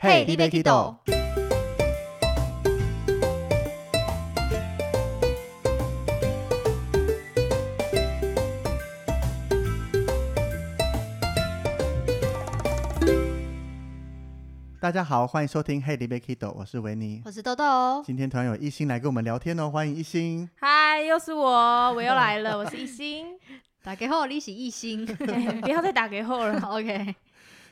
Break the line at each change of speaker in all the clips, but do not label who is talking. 嘿，你别 Kido。大家好，欢迎收听《嘿，你别 Kido》，我是维尼。
我是豆豆哦。
今天团友一心来跟我们聊天哦，欢迎一心。
嗨，又是我，我又来 了，我是一心，
打给后你是一星
哎不要再打给后 了。
，OK，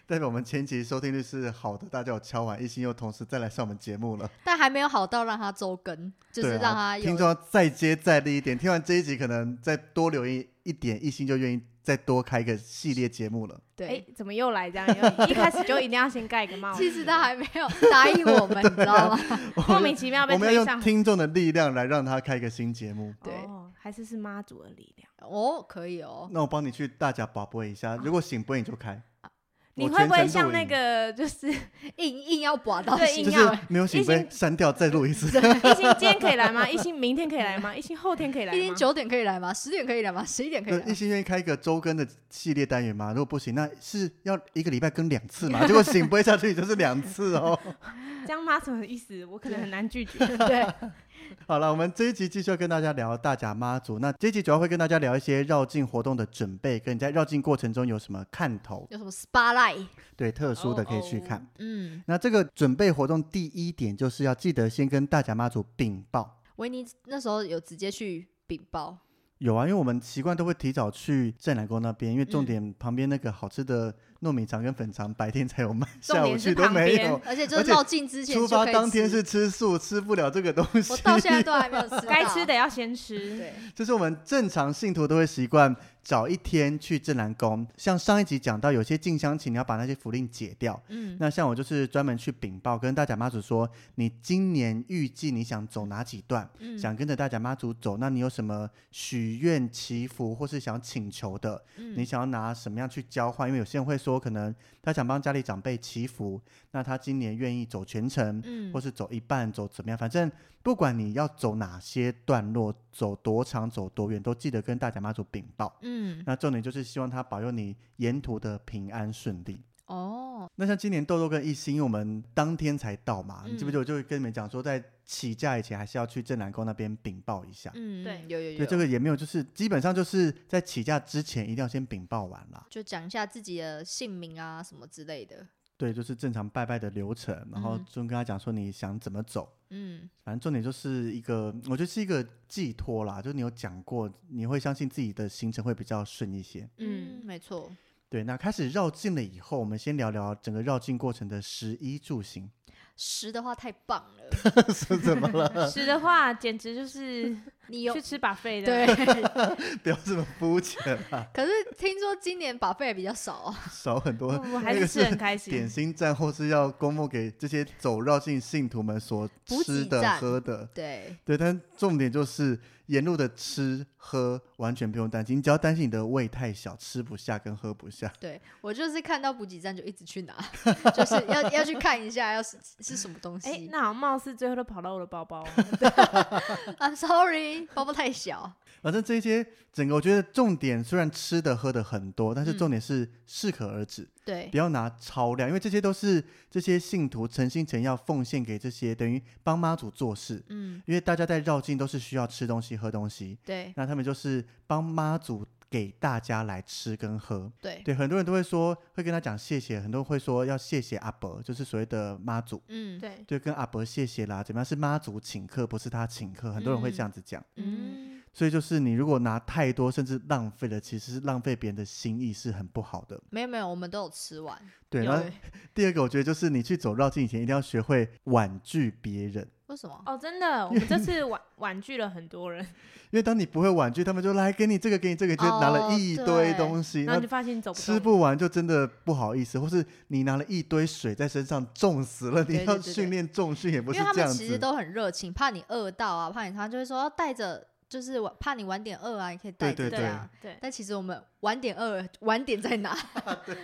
代表我们前集收听率是好的，大家有敲完，一心又同时再来上我们节目了。
但还没有好到让他周更，就是
对
让
啊、
他
听
有
众要再接再厉一点，听完这一集可能再多留言一点，一心就愿意再多开一个系列节目了。
哎、
对。
怎么又来这样？又一开始就一定要先盖个帽
其
子，
实他还没有答应我 们，你知道吗？
莫名其妙被
我们要
推上
用。听众的力量来让他开一个新节目。
对
哦，还是是妈祖的力量。
哦，可以哦，啊
那我帮你去大甲保播一下，如果醒播你就开。
你
我
会不会
全程录
像
影
那个，就是
硬硬要拔到
对
新
就
硬
是
要
没有醒
一
播
心
删掉再录一 次？
一心今天可以来吗？一心明天可以来吗？一心后天可以来吗？
一天九点可以来吗？十点可以来吗？十一点可以
对
来
一
吗？
心愿意开一个周更的系列单元吗？如果不行，那是要一个礼拜更两次嘛？结果醒播下去就是两次哦。
这样妈什么意思？我可能很难拒 绝。
对，
好了，我们这一集继续要跟大家聊大甲妈祖。那这一集主要会跟大家聊一些绕境活动的准备，跟你在绕境过程中有什么看头，
有什么 SPA light？
对特殊的可以去看。
嗯，
那这个准备活动第一点就是要记得先跟大甲妈祖禀报。
维尼那时候有直接去禀报，
有啊，因为我们习惯都会提早去镇南宫那边，因为重
嗯
点旁边那个好吃的糯米肠跟粉肠白天才有卖，
重
下午
点是
去都
旁
没
边
有。
而且就是
而且
绕境之前
出
就
发
可以
当天
吃
是吃素，吃不了这个东西。
我到现在都还没有吃到，
该 吃的要先吃。
对，
就是我们正常信徒都会习惯早一天去镇南宫，像上一集讲到，有些进香请你要把那些符令解掉。
嗯，
那像我就是专门去禀报，跟大甲妈祖说，你今年预计你想走哪几段，
嗯
想跟着大甲妈祖走，那你有什么许愿、祈福或是想请求的？你
嗯
想要拿什么样去交换？因为有些人会说，可能他想帮家里长辈祈福，那他今年愿意走全程，
嗯
或是走一半，走怎么样？反正不管你要走哪些段落，走多长，走多远，都记得跟大甲妈祖禀报。
嗯
那重点就是希望他保佑你沿途的平安顺利。
哦，
那像今年豆豆跟一心，因为我们当天才到嘛，
嗯
你记不记得我就跟你们讲说，在起驾以前还是要去镇南宫那边禀报一下。
嗯，
对
有有有，
对，这个也没有，就是基本上就是在起驾之前一定要先禀报完啦。
就讲一下自己的姓名啊什么之类的。
对，就是正常拜拜的流程，然后
嗯
就跟他讲说你想怎么走，
嗯
反正重点就是一个，我觉得是一个寄托啦，就你有讲过，你会相信自己的行程会比较顺一些。
嗯，
嗯
没错。
对，那开始绕境了以后，我们先聊聊整个绕境过程的食衣住行
十的话太棒了，
是怎么了？
吃的话，简直就是
你有
去吃把费的。
对，，
不要这么肤浅啦，
可是听说今年把费比较少啊，
少很多。
哦我还
那
是
个
吃得很开心。
点心站或是要公募给这些走绕境信徒们所
补
吃
给
的、
站
喝的，
对，
对，但重点就是沿路的吃喝完全不用担心，你只要担心你的胃太小，吃不下跟喝不下。
对我就是看到补给站就一直去拿， 就是要要去看一下，要是是什么东
哎、
西。
那好像貌似最后都跑到我的包包了。
I'm sorry，包包太小。
反正这些整个我觉得重点虽然吃的喝的很多，但是
嗯
重点是适可而止，
对
不，要拿超量，因为这些都是这些信徒诚心诚意要奉献给这些等于帮妈祖做事，
嗯，
因为大家在绕境都是需要吃东西喝东西，
对
那他们就是帮妈祖给大家来吃跟喝。
对，
对，很多人都会说，会跟他讲谢谢，很多人会说要谢谢阿伯，就是所谓的妈祖，
嗯
对，
就跟阿伯谢谢啦，怎么样是妈祖请客，不是他请客，很多人会这
嗯
样子讲。
嗯，
所以就是你如果拿太多，甚至浪费了，其实是浪费别人的心意是很不好的。
没有没有，我们都有吃完。
对，
有
然后
欸
第二个我觉得就是你去走绕境以前一定要学会婉拒别人，
为什么？
哦，真的，我们这次婉婉拒了很多人，
因为当你不会婉拒，他们就来给你这个给你这个，就拿了
哦
一堆
对
东西，
然后
那
你就发现你走不
吃
动。
不完就真的不好意思，或是你拿了一堆水在身上重死了，你
对对
要
对对
训练重训也不是
因为他
这样
们其实
子。
都很热情，怕你饿到啊，怕你他就会说要带着，就是晚怕你晚点饿啊，你可以带
对
着这样。
对，
但其实我们晚点饿，晚点在 哪？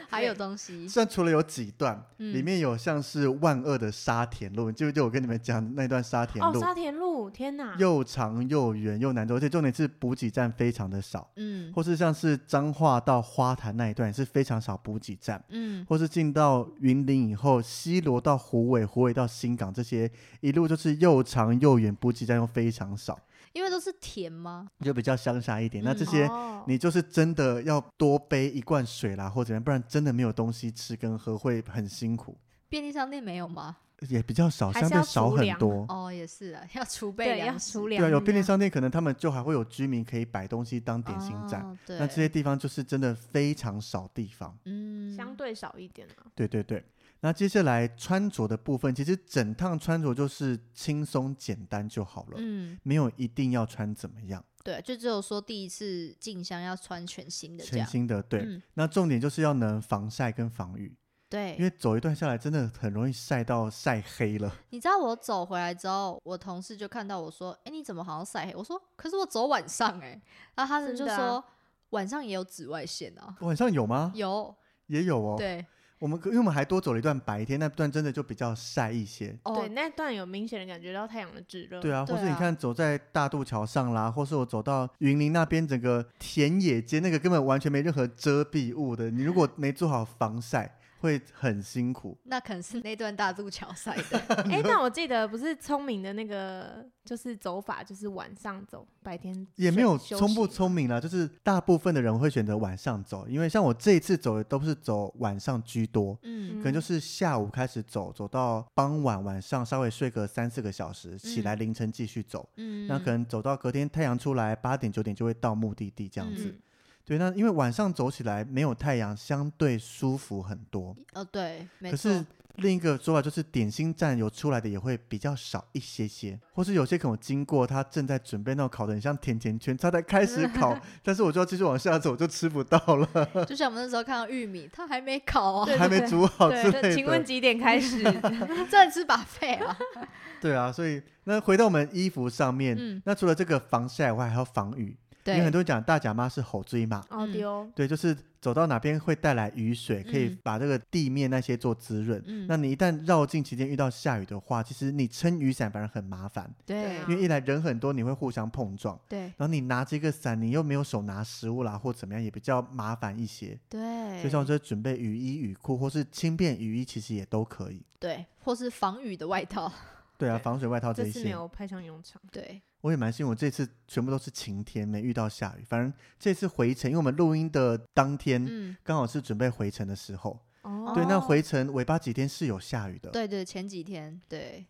还有东西。
虽然除了有几段，
嗯
啊里面有像是万恶的沙田路，你记不记得我跟你们讲那段沙田
哦，
路？
沙田路，天哪！
又长又远又难走，而且重点是补给站非常的少，
嗯
或是像是彰化到花坛那一段也是非常少补给站，
嗯，
或是进到云林以后，西罗到虎尾，虎尾到新港这些一路就是又长又远，补给站又非常少，
因为都是甜吗？
就比较乡下一点。那
嗯
这些
哦
你就是真的要多背一罐水啦，或者怎么样不然真的没有东西吃跟喝会很辛苦，
便利商店没有吗？
也比较少，
还是
相
要
对少
储
很
粮
多。
哦，也是啊，要储备
对要
粮食
熟
对啊，
粮，
有便利商店，可能他们就还会有居民可以摆东西当点心站。
哦、对，
那这些地方就是真的非常少地方。
嗯
相对少一点啊。
对对对。那接下来穿着的部分，其实整趟穿着就是轻松简单就好了，
嗯，
没有一定要穿怎么样，
对，就只有说第一次进香要穿全新的这
全
样。
新的对。
嗯，
那重点就是要能防晒跟防雨，
对，
因为走一段下来真的很容易晒到晒黑 了。
你知道我走回来之后，我同事就看到我说：“哎、你怎么好像晒黑？”我说：“可是我走晚上哎、然后他们
真
就
的啊
说：“晚上也有紫外线啊。
哦晚上有吗？
有，
也有哦。
对，
我们因为我们还多走了一段白天，那段真的就比较晒一些。
对，
哦，
那段有明显的感觉到太阳的炙热。
对啊，或
对
是你
啊
看走在大渡桥上啦，或是我走到云林那边整个田野间，那个根本完全没任何遮蔽物的，你如果没做好防晒，会很辛苦。
那可能是那段大渡桥晒的。
哎、
嗯
但我记得不是聪明的那个，就是走法，就是晚上走，白天
也没有
休
聪不
息
聪明啦，就是大部分的人会选择晚上走，因为像我这一次走的都是走晚上居多，
嗯
可能就是下午开始走，走到傍晚，晚上稍微睡个三四个小时，起来凌晨继续走。
嗯
那可能走到隔天太阳出来八点九点就会到目的地这样子。
嗯，
对，那因为晚上走起来没有太阳，相对舒服很多。
哦，对，没
可
错，
是另一个说法就是，点心站有出来的也会比较少一些些，或是有些可能我经过他正在准备那种烤的很像甜甜圈，他在开始 烤，但是我就要继续往下走，我就吃不到了，
就像我们那时候看到玉米，它还没烤啊，
对
还没
对
煮好之
对，
类
那请问
的。
几点 开始？
这吃把费啊。
对啊，所以那回到我们衣服上面，
嗯
那除了这个防晒以外，还要防雨。因为
对
很，多人讲大甲妈是吼追嘛，
哦
嗯
丢，
对，就是走到哪边会带来雨水，可以
嗯
把这个地面那些做滋润。
嗯
那你一旦绕境期间遇到下雨的话，其实你撑雨伞反而很麻烦，
对
对
啊
因为一来人很多，你会互相碰撞，
对
然后你拿这个伞，你又没有手拿食物啦或怎么样，也比较麻烦一些。
对，
所以像我这准备雨衣、雨裤或是轻便雨衣，其实也都可以。
对，或是防雨的外套，
对啊，
对
防水外套这
这
一
次没
些，
有派上用场。
对，
我也蛮幸运，我这次全部都是晴天，没遇到下雨。反正这次回程，因为我们录音的当天
嗯，
刚好是准备回程的时候，
哦
对，那
哦
回程尾巴几天是有下雨的。
嗯对对，前几天，对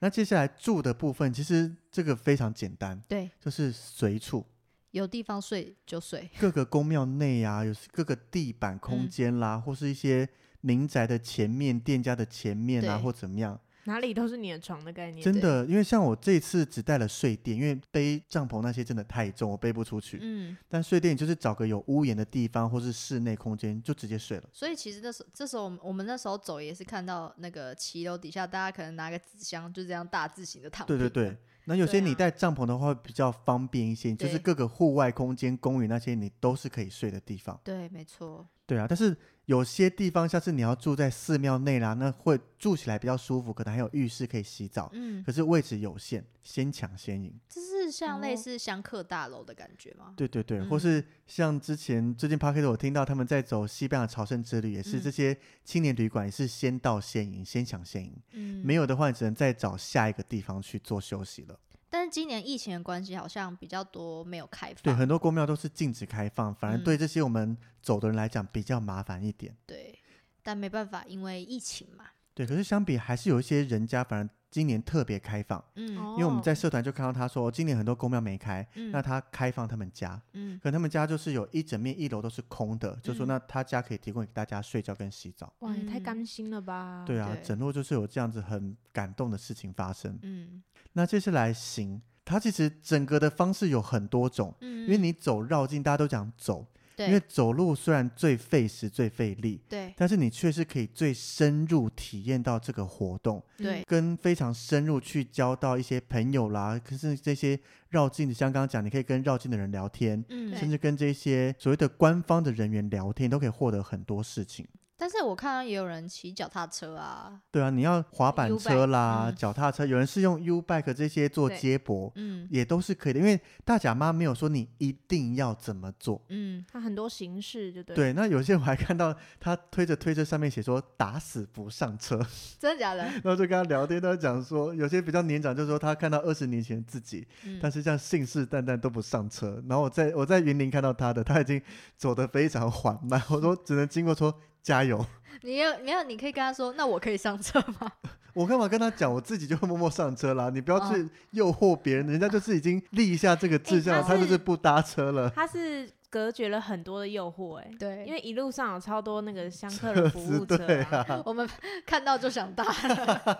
那接下来住的部分，其实这个非常简单，
对，
就是随处
有地方睡就睡，
各个宫庙内啊，有各个地板空
嗯
间啦，或是一些民宅的前面、店家的前面啊，
对
或怎么样。
哪里都是你的床的概念。
真的，因为像我这一次只带了睡垫，因为背帐篷那些真的太重，我背不出去。
嗯。
但睡垫就是找个有屋檐的地方，或是室内空间就直接睡了。
所以其实那时候，这时候我们我们那时候走也是看到那个骑楼底下，大家可能拿个纸箱就这样大字型的躺
对对
平了
对，，那有些
对
你
啊
带帐篷的话会比较方便一些，就是
对
各个户外空间、公园那些你都是可以睡的地方。
对，没错，
对啊，但是有些地方像是你要住在寺庙内啦，那会住起来比较舒服，可能还有浴室可以洗澡，
嗯，
可是位置有限，先抢先赢。
这是像类
哦
似香客大楼的感觉吗？
对对对，
嗯
或是像之前最近 p a r k e t 我听到他们在走西班牙朝圣之旅，也是
嗯
这些青年旅馆也是先到先赢，先抢先赢。
嗯，
没。有的话，你只能再找下一个地方去做休息了。
但是今年疫情的关系，好像比较多没有开放，
对，很多公庙都是禁止开放，反而
嗯
对这些我们走的人来讲比较麻烦一点。
对但没办法，因为疫情嘛，
对，可是相比还是有一些人家反而今年特别开放，
嗯
因为我们
哦
在社团就看到他说，哦今年很多公庙没开，
嗯，
那他开放他们家，
嗯
可他们家就是有一整面一楼都是空的，就说
嗯
那他家可以提供给大家睡觉跟洗澡。
哇，也太
嗯
甘心了吧？
对啊
哦对，
整路就是有这样子很感动的事情发生。
嗯
那接下来行，它其实整个的方式有很多种，
嗯，
因为你走绕境，大家都讲走，因为
对
走路虽然最费时最费力，
对
但是你却是可以最深入体验到这个活动，
对，
跟非常深入去交到一些朋友啦，可是这些绕境的，像刚刚讲，你可以跟绕境的人聊天。
嗯，
甚至跟这些所谓的官方的人员聊天，都可以获得很多事情。
但是我看到也有人骑脚踏车啊，
对啊，你要滑板
U
车啦、
bike，嗯
脚踏车，有人是用 U bike 这些做
对
接驳，
嗯
也都是可以的。因为大甲妈没有说你一定要怎么做。
嗯，
它很多形式，对不对？
对，那有些我还看到他推着推车上面写说打死不上车，
真的假 的？
然后就跟他聊天，他就讲说有些比较年长就说他看到二十年前的自己，
嗯
但是这样信誓旦旦都不上车。然后我在我在云林看到他的，他已经走得非常缓 慢，我说只能经过说加油。
你要你要你可以跟他说，那我可以上车吗？
我干嘛跟他讲，我自己就会默默上车啦。你不要
哦哎
去诱惑别人，人家就是已经立下这个志向了，
他
他就是
是
不搭车了。
它是隔绝了很多的诱惑，哎，
对，
因为一路上有超多那个香客的服务车、
对啊，
我 们看到就想搭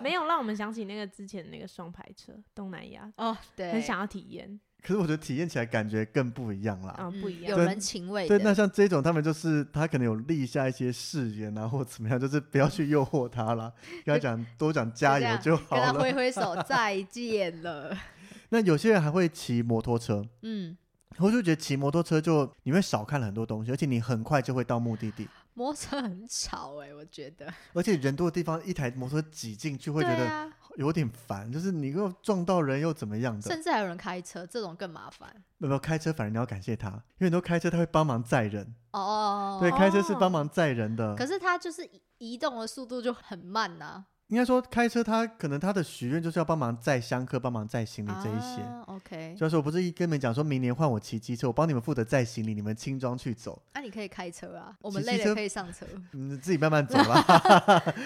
没有让我们想起那个之前那个双排车，东南亚
哦，对，
很想要体验
可是我觉得体验起来感觉更不一样啦。
啊、
嗯
不一
有
样。
对
人情味
对，
的，
那像这种，他们就是他可能有立下一些誓言啊，或怎么样，就是不要去诱惑他 啦，跟他讲多讲加
这
油
样
就好
啊跟他挥
了。
挥手再见了，
那有些人还会骑摩托车，
嗯。
我就觉得骑摩托车就你会少看了很多东西，而且你很快就会到目的地，
摩托车很吵哎、我觉得。
而且人多的地方一台摩托车挤进去会觉
对
得
啊，
有点烦，就是你又撞到人又怎么样的？
甚至还有人开车，这种更麻烦。
没有开车，反而你要感谢他，因为很多开车他会帮忙载人，
哦哦，哦
对，啊
哦
开车是帮忙载人的。
可是它就是移移动的速度就很慢啊呐、
应该说开车他可能他的许愿就是要帮忙载香客，帮忙载行李这一些。
啊 OK，
教授，我不是一跟你们讲说明年换我骑机车，我帮你们负责载行李，你们轻装去走，
那、你可以开车啊，我们
骑
累
机车
了可以上车。
嗯，自己慢慢走 啦。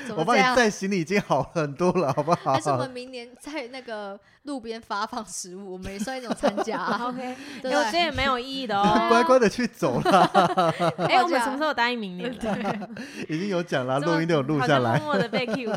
怎
我
么
帮
这
你
样？
载行李已经好很多了，好不好
还？是我们明年在那个路边发放食物，我们也算一种参加、 啊，
OK，
对不
有些
对？
也没有意义的
啊
哦。
乖乖的去走啦，
哎、我们什么时候答应明 年了？
已经有讲啦，
这么
录音都有录下
好像
来。
默默 的被 cue。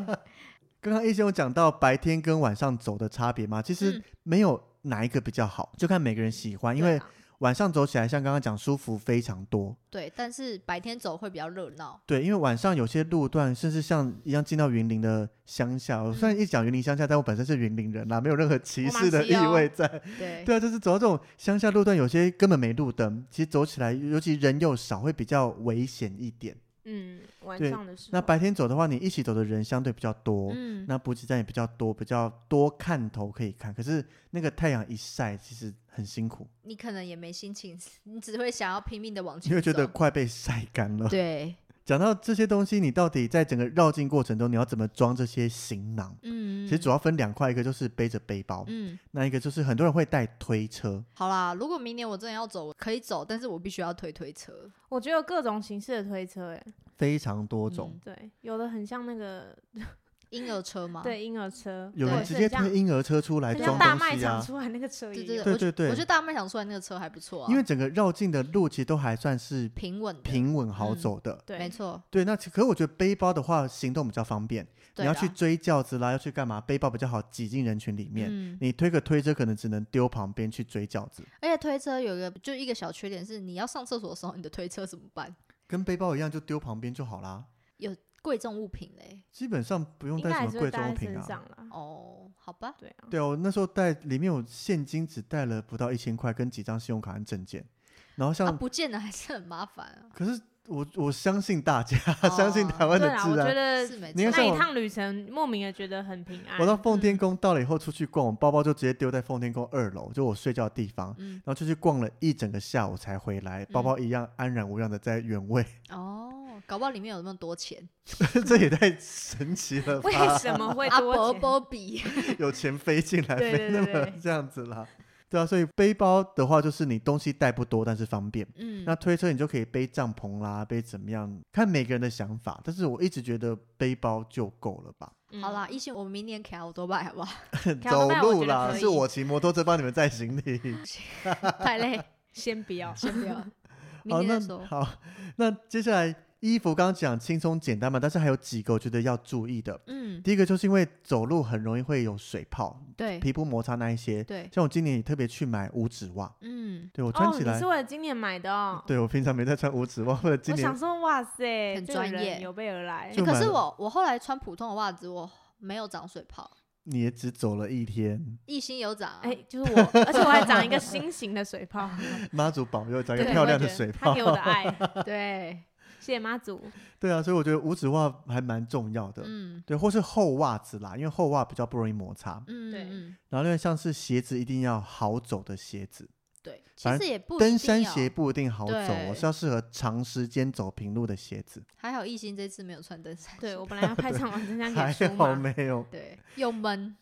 刚刚一心有讲到白天跟晚上走的差别嘛，其实
嗯
没有哪一个比较好，就看每个人喜欢，因
对
为
啊
晚上走起来像刚刚讲舒服非常多。
对，但是白天走会比较热闹。
对，因为晚上有些路段，甚至像一样进到云林的乡下。
嗯
我虽然一讲云林乡下，但我本身是云林人啦，没有任何歧
我马
视的
西
意
哦
味在。
对，
对啊，就是走到这种乡下路段，有些根本没路灯，其实走起来，尤其人又少，会比较危险一点。
嗯，晚
对
上的时候。
那白天走的话，你一起走的人相对比较多，
嗯，
那补给站也比较多，比较多看头可以看。可是那个太阳一晒，其实很辛苦，
你可能也没心情，你只会想要拼命的往前
你会觉得
走
快被晒干了。
对，
讲到这些东西，你到底在整个绕境过程中，你要怎么装这些行囊？
嗯，
其实主要分两块，一个就是背着背包，
嗯，
那一个就是很多人会带推车。
好啦，如果明年我真的要走，我可以走，但是我必须要推推车。
我觉得有各种形式的推车、哎，
非常多种
嗯，
对，有的很像那个
婴儿车吗？
对婴儿车，
有人
对
直
是
接
很像
推婴儿车出来
很
装
像大
东
卖
西
场
啊。
出来那个车
对
也
对
有。
对，我
对
觉
对对
我觉得大麦想出来那个车还不错啊，
因为整个绕境的路其实都还算是
平稳的，
平稳好
嗯
走的，
对，
没错，
对，那其可是我觉得背包的话，行动比较方便，你
对
要
啦
去追轿子啦，要去干嘛？背包比较好挤进人群里面。
嗯，
你推个推车，可能只能丢旁边去追轿子，
而且推车有一个就一个小缺点是，你要上厕所的时候，你的推车怎么办？
跟背包一样，就丢旁边就好啦。
有贵重物品嘞。
基本上不用
应该
带
还
什
是
么贵
会带
重
在
品
身
啊
上。啦。
哦，好吧，
对啊，
对啊，我那时候带里面有现金，只带了不到一千块，跟几张信用卡和证件。然后像，
啊，不见了还是很麻烦啊。
可是我我相信大 家， 相信
哦
台湾
对
的
啦，我
治
觉
安。
得
是没
你看
错
像
那一
我
趟旅程，莫名的觉得很平安。
我到奉天宫到了以后出去逛，我包包就直接丢在奉天宫二楼，就我睡觉的地方。
嗯，
然后就去逛了一整个下午才回
嗯
来，包包一样安然无恙的在原位，
哦，搞不好里面有那么多钱，
这也太神奇了吧！
为什么会
阿
多
啊伯
钱？
波比，
有钱飞进来，
对对
飞那
对
么
对
这样子啦。对啊，所以背包的话，就是你东西带不多，但是方便。
嗯，
那推车你就可以背帐篷啦，背怎么样，看每个人的想法。但是我一直觉得背包就够了 吧，
嗯
好啦，一心，我们明年开奥多拜好不好？
走
那我
路
觉得
啦，
可以
是我骑摩托车帮你们载行 李。
太累，
先不要，
先不要，明
好，
年
那
再说。
好，那接下来衣服刚刚讲轻松简单嘛，但是还有几个我觉得要注意的。
嗯，
第一个就是因为走路很容易会有水泡，
对
皮肤摩擦那一些。
对，
像我今年也特别去买五指袜，
嗯，
对我 穿起
哦，
来，
你是为了今年买的哦。
对我平常没在穿五指袜，或者今
我
年
想说，哇塞，
很
这个
专
人
业
有备而来
欸。
就
可
买
是
了
我我后来穿普通的袜子，我没有长水泡，
你也只走了一天，
一心有长啊、
哎，就是我，而且我还长一个新型的水泡，嗯
妈祖保佑长一个
对
漂
我也
亮的
觉得
水泡。
他给我的爱，
对，
谢谢妈祖。
对啊，所以我觉得五指袜还蛮重要的。
嗯
对，或是厚袜子啦，因为厚袜比较不容易摩擦。
嗯，
对
嗯
然后另外像是鞋子，一定要好走的鞋子，
对，其
反
实
正
也不一
登
定
山
要
鞋，不一定好走、哦，
对
是要适合长时间走平路的鞋子。
还好一心这次没有穿登山鞋，
对我本来要拍场完真想
还
给书
好
嘛，
没有。
对，又闷，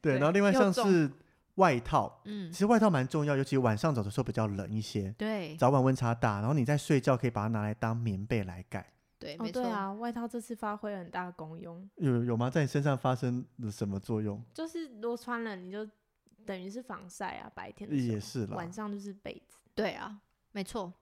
对，
对
然后另外
又
像
重
是外套，
嗯
其，实外套蛮重要，尤其晚上走的时候比较冷一些，
对
早晚温差大，然后你在睡觉可以把它拿来当棉被来盖。
对，
哦
没错、
对啊，外套这次发挥了很大的功用，
有有吗？在你身上发生了什么作用？
就是如果穿了你就等于是防晒啊，白天的时候
也是啦。
晚上就是被子。
对啊，没错，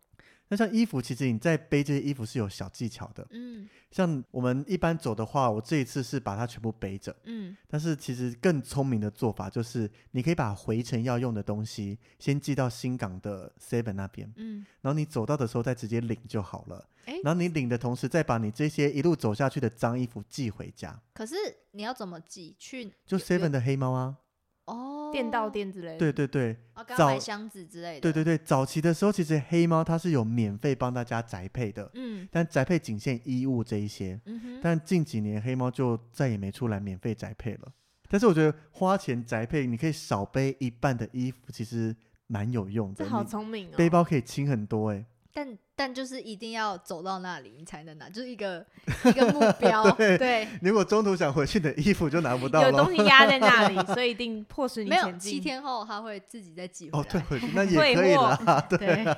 那像衣服，其实你在背这些衣服是有小技巧的。
嗯
像我们一般走的话，我这一次是把它全部背着，
嗯，
但是其实更聪明的做法就是，你可以把回程要用的东西先寄到新港的 Seven 那边，
嗯，
然后你走到的时候再直接领就好了。
诶
然后你领的同时，再把你这些一路走下去的脏衣服寄回家，
可是你要怎么寄去？
就
有有
Seven 的黑猫啊，
哦，
店到，店之类的，
对对对。
哦，刚刚买
早
箱子之类的，
对对，对，早期的时候其实黑猫它是有免费帮大家宅配的，
嗯
但宅配仅限衣物这一些。
嗯哼，
但近几年黑猫就再也没出来免费宅配了。但是我觉得花钱宅配，你可以少背一半的衣服，其实蛮有用的。
这好
你
聪明哦。
背包可以轻很多哎、
但但就是一定要走到那里，你才能拿，就是一个一个目标。
对
对，
如果中途想回去，你的衣服就拿不到
有
了
东。西压在 那里，所以一定迫使你
没有
前
七
进。
天后他会自己再寄回
哦，
来。
退回去 那也
退
可以
货
啦。对，
对，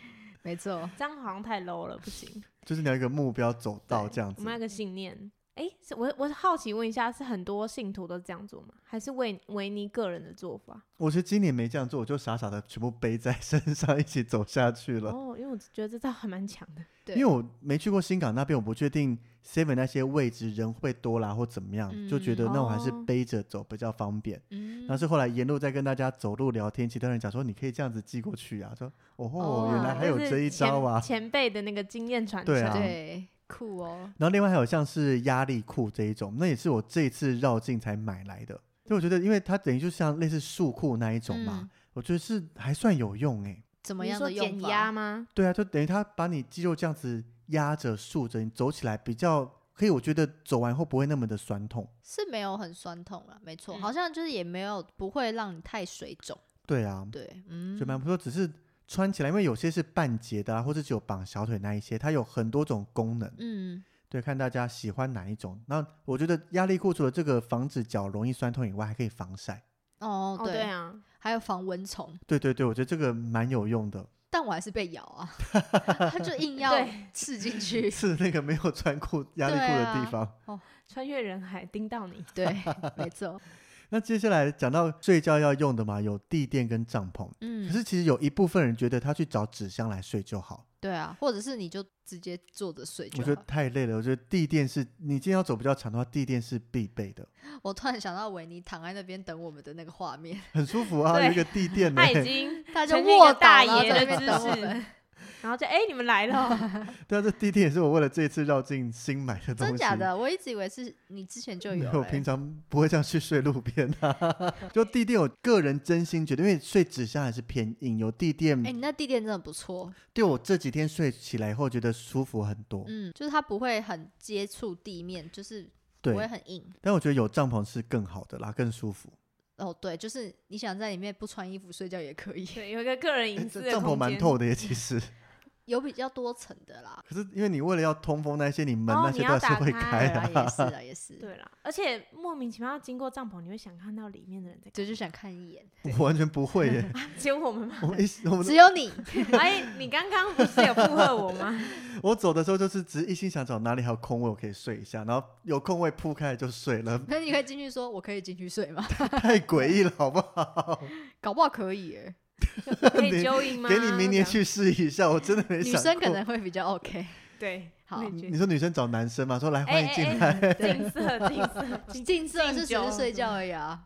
没错。
这样好像太 low 了，不行。
就是你要有一个目标走到
对
这样
我
子
们。那个信念。哎、是我我好奇问一下，是很多信徒都这样做吗？还是维维尼个人的做法？
我觉得今年没这样做，我就傻傻的全部背在身上一起走下去了。
哦，因为我觉得这招还蛮强的。
对，
因为我没去过新港那边，我不确定 Seven 那些位置人会不会多啦，或怎么样，就觉得
嗯
那我还是
哦
背着走比较方便。
嗯
但是后来沿路在跟大家走路聊天，其他人讲说你可以这样子寄过去啊，说哦吼，
哦
原来还有
就是
这一招啊
前。前辈的那个经验传承。
对啊
对酷哦，
然后另外还有像是压力裤这一种，那也是我这一次绕境才买来的。所以我觉得，因为它等于就像类似束裤那一种嘛，
嗯
我觉得是还算有用欸诶、
怎么
你
样
说
的用
减
法
压？吗？
对啊，就等于它把你肌肉这样子压着、束着，你走起来比较可以。我觉得走完后不会那么的酸痛。
是没有很酸痛了，没错，
嗯
好像就是也没有不会让你太水肿。
对啊，
对，嗯，
就蛮不错。只是穿起来，因为有些是半截的啊，或者只有绑小腿那一些，它有很多种功能。
嗯，
对，看大家喜欢哪一种。那我觉得压力裤除了这个防止脚容易酸痛以外，还可以防晒。
哦
哦，
对，
对啊，
还有防蚊虫，
对对对，我觉得这个蛮有用的。
但我还是被咬啊， 他就硬要
对
刺 进去。
是那个没有穿裤压力裤的地方。
穿越人海盯到你。
对，没错，
那接下来讲到睡觉要用的嘛，有地垫跟帐篷。
嗯，
可是其实有一部分人觉得他去找纸箱来睡就好，
对啊，或者是你就直接坐着睡就
我觉得
好。
太累了。我觉得地垫是你今天要走比较长的话，地垫是必备的，
我突然想到维尼躺在那边等我们的那个画面，
很舒服啊，
对
有一个地 垫呢、
他已经
他就
呈现一个
卧倒
大
然后
爷
在那
的
边
姿
等我
势
们，
然后就哎、你们来 了，
对啊，这地垫也是我为了这一次绕境新买的东西。
真假？的？我一直以为是你之前就
没
有、
有，
欸
平常不会这样去睡路边啊。就地垫，我个人真心觉得，因为睡纸箱还是偏硬，有地垫
哎、你那地垫真的不错，
对我这几天睡起来以后觉得舒服很多。
嗯，就是它不会很接触地面，就是不会
对，
很硬。
但我觉得有帐篷是更好的啦，更舒服。
哦，对，就是你想在里面不穿衣服睡觉也可以，
对，有一个个人
诶
隐私
这
的
帐篷
空
蛮
间。
透的耶，其实。
有比较多层的啦。
可是因为你为了要通风那些，你门
哦
那些
你
都
要
还是
打
会开
开
对
啊
啦，。也是啊，也是。
对啦，而且莫名其妙经过帐篷，你会想看到里面的人在
对，就想看一眼，
我完全不会 耶，
干嘛，只有我们吗？
我们一我们
只有你
哎，你刚刚不是有附和我吗？
我走的时候就是只是一心想找哪里还有空位，我可以睡一下，然后有空位铺开就睡 了，
那你可以进去说，我可以进去睡吗？
太诡异了，好不好？
搞不好可以欸耶，
可以
你
join 吗？
给你明年
这样
去试一下，我真的没
女
想过。
生可能会比较 OK。
对，
好
可以
你
join
你说女生找男生嘛，说来欢
哎
迎进
哎
来，
哎，金色金色，
进色是只
酒嗯
是睡觉而已啊。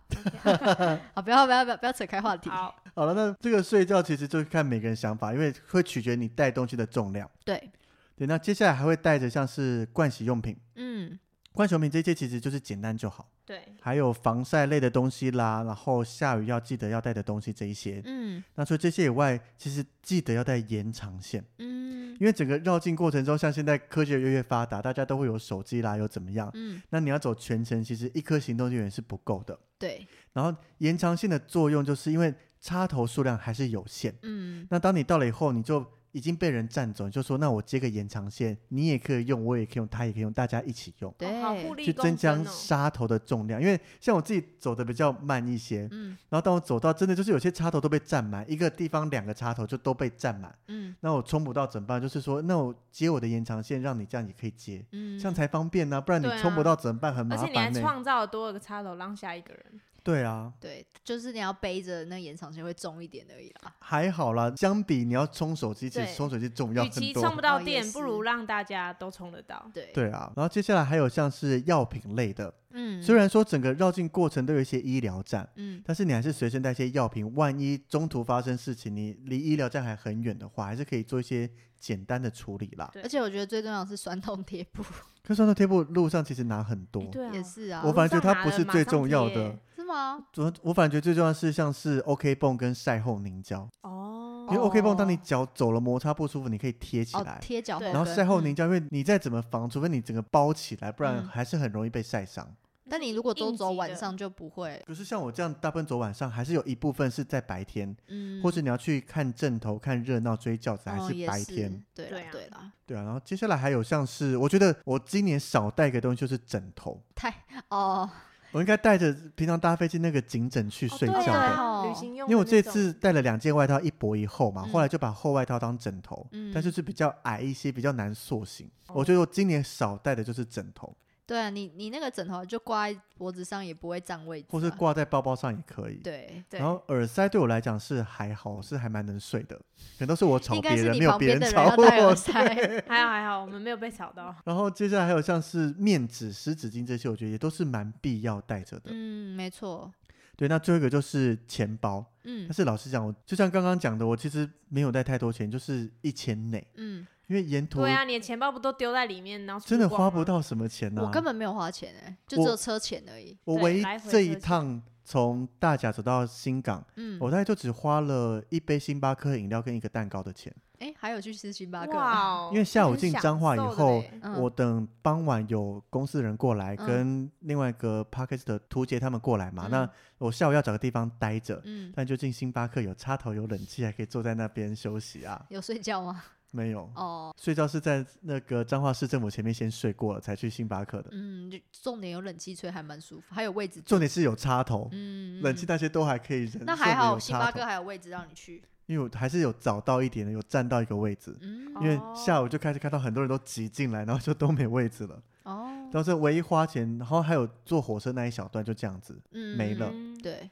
好，不要不要不要不要扯开话题。
好，
好了，那这个睡觉其实就是看每个人想法，因为会取决你带东西的重量。
对，
对，那接下来还会带着像是盥洗用品、
嗯，
盥洗用品这些其实就是简单就好，
对，
还有防晒类的东西啦，然后下雨要记得要带的东西这一些。
嗯
那除了这些以外，其实记得要带延长线，
嗯
因为整个绕境过程中，像现在科技越来越发达，大家都会有手机啦，有怎么样？
嗯，
那你要走全程，其实一颗行动电源是不够的。
对，
然后延长线的作用，就是因为插头数量还是有限。
哦
嗯
那当你到了以后，你就已经被人占走，你就说那我接个延长线，你也可以用，我也可以用，他也可以用，大家一起用，
对，
哦好互利
去增
共
加
生哦。
插头的重量。因为像我自己走的比较慢一些，
嗯
然后当我走到真的就是有些插头都被占满，一个地方两个插头就都被占满，
嗯
那我充不到怎么办？就是说那我接我的延长线，让你这样也可以接。
嗯，
这样才方便呢、不然你
对啊
充不到怎么办？很麻
而且你还
烦呢、
创造了多了个插头，让下一个人。
对啊，
对，就是你要背着那延长线会重一点而已啦。
还好啦，相比你要充手机，其实
对
充手机重要很
与其充
多
不。到
哦也
电，
是
不如让大家都充得到。
对，
对啊，然后接下来还有像是药品类的，
嗯，
虽然说整个绕境过程都有一些医疗站，
嗯
但是你还是随身带一些药品，万一中途发生事情，你离医疗站还很远的话，还是可以做一些简单的处理啦。
对
而且我觉得最重要的是酸痛贴布，
可是酸痛贴布路上其实拿很多，
诶对啊，
也是啊
我，反而觉得它
路上拿
不
了
是
马
最
上
重要
贴
的。
是吗？
主要我反而觉得最重要的是像是 OK 泵跟晒后凝胶，
哦
因为 OK 泵当你
哦
脚走了摩擦不舒服，你可以贴起
哦
来，。
贴脚后
对
跟，
然后晒后凝
嗯，
胶，因为你再怎么防，除非你整个包起来，不然
嗯
还是很容易被晒伤。
但你如果都
应
走
急
晚
的
上就不会，
可是像我这样大部分走晚上，还是有一部分是在白天，
嗯，
或者你要去看正头、看热闹、追教材，
哦
还
也
白
是
天。，
对
对
啦
啊
对啦，
对啊，然后接下来还有像是，我觉得我今年少带一个东西就是枕头，
太哦，
我应该带着平常搭飞机那个颈枕去睡觉
哦对
的。
啊
对
旅行用
因为我
的
这
那
次带了两件外套，一薄一厚嘛，后来就把厚外套当枕头，
嗯哦
但就是比较矮一些，比较难塑形。我觉得我今年少带的就是枕头，
对啊，你你那个枕头就挂在脖子上也不会占位置啊，
或是挂在包包上也可以。
对，
对
然后耳塞对我来讲是还好，是还蛮能睡的，可能都是我吵
应
别
该是
人，
你
没有
旁
别
边的人
吵
要戴耳
我。
塞，
种还好还好，我们没有被吵 到。
然后接下来还有像是面纸、湿纸巾这些，我觉得也都是蛮必要带着的。
嗯，没错，
对，那最后一个就是钱包，
嗯
但是老实讲，我就像刚刚讲的，我其实没有带太多钱，就是一千内，
嗯，
因为沿途
对啊，你的钱包不都丢在里面，然后出
真的
光
花不
吗。
到什么钱呐、
我根本没有花钱哎，就
我
只有车钱而已，
我
对
唯一
来回
这一
车钱
趟从大甲走到新港，
嗯，
我大概就只花了一杯星巴克饮料跟一个蛋糕的钱。
哎，还有去吃星巴克啊，
哇哦，
因为下午
很
进
享
彰化以
受的
后
嘞
嗯
我等傍晚有公司人过来，
嗯
跟另外一个 p a r k e s 的图杰他们过来嘛，那
嗯
我下午要找个地方待着，
嗯，
但就进星巴克有插头有冷气，还可以坐在那边休息啊。
有睡觉吗？
没有，
哦，
睡觉是在那个彰化市政府前面先睡过了，才去星巴克的。
嗯，就重点有冷气吹，还蛮舒服，还有位置坐，
重点是有插头，
嗯，
冷气
嗯
那些都还可以忍受。
那还好，
有
星巴
插头
克，还有位置让你去，
因为我还是有找到一点的，有占到一个位置。
嗯，
因为
哦
下午就开始看到很多人都挤进来，然后就都没位置了。
哦，
当时唯一花钱，然后还有坐火车那一小段，就这样子。
嗯，
没了
嗯
对，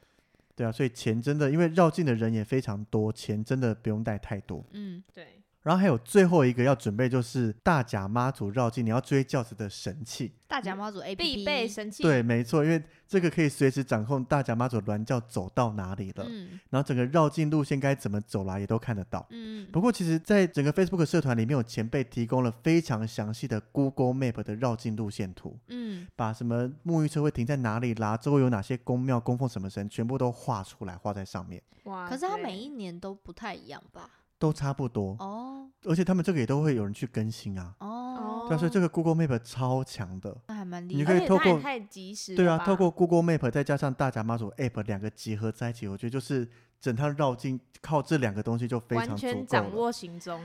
对啊，所以钱真的，因为绕境的人也非常多，钱真的不用带太多。
嗯，
对，
然后还有最后一个要准备就是大甲妈祖绕境，你要追轿子的神器。
大甲妈祖 A P
必备神器。
对，没错，因为这个可以随时掌控大甲妈祖銮轿走到哪里了，
嗯
然后整个绕境路线该怎么走啦，也都看得到。
嗯，
不过，其实，在整个 Facebook 社团里面，有前辈提供了非常详细的 Google Map 的绕境路线图，
嗯，
把什么沐浴车会停在哪里啦，周围有哪些宫庙供奉什么神，全部都画出来，画在上面，
哇
可是它
塞
每一年都不太一样吧？
都差不多。
哦
而且他们这个也都会有人去更新啊。
哦，
对啊，所以这个 Google Map 超强的。
那还蛮
你
厉
可
害
以
而且
的，
透
它也
过
太及时了
对啊，
吧
透过 Google Map 再加上大甲妈祖 App 两个集合在一起，我觉得就是整趟绕境靠这两个东西就非
完
常足
全
够
掌
了。
握行踪，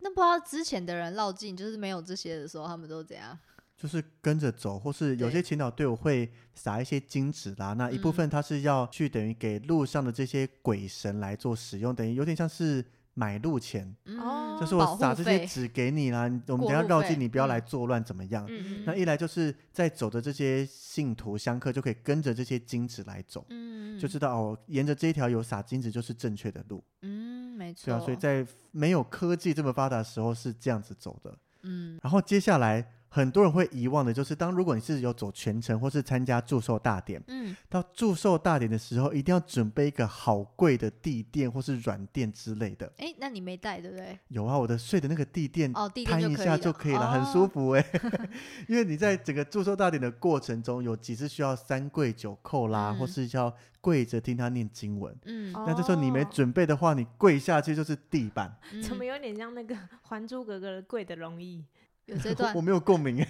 那不知道之前的人绕境就是没有这些的时候，他们都怎样？
就是跟着走，或是有些
对
前导队伍会撒一些金纸啦，那一部
嗯
分它是要去等于给路上的这些鬼神来做使用，等于有点像是买路钱，
哦
就是
嗯保
我
护
撒这些
费
纸给你啦，我们等一下
过路
绕境
费
你不要
嗯
来作乱怎么样？
嗯
那
嗯，
一来就是在走的这些信徒香客就可以跟着这些金纸来走，
嗯，
就知道哦，沿着这一条有撒金纸就是正确的路。
嗯，没错，
对啊，所以在没有科技这么发达的时候是这样子走的。
嗯
然后接下来很多人会遗忘的就是，当如果你是有走全程或是参加祝寿大典，
嗯
到祝寿大典的时候，一定要准备一个好贵的地垫或是软垫之类的。
哎、那你没带对不对？
有啊，我的睡的那个地垫
哦，地
摊嗯
垫
一下就可以了，很舒服
服。
哎、 因为你在
嗯
整个祝寿大典的过程中，有几次需要三跪九叩啦，
嗯
或是要跪着听他念经文。
嗯，
哦
那这时候你没准备的话，你跪下去就是地板。
嗯
怎么有点像那个《还珠格格》的跪的容易？
有这段
我？没有共鸣哎、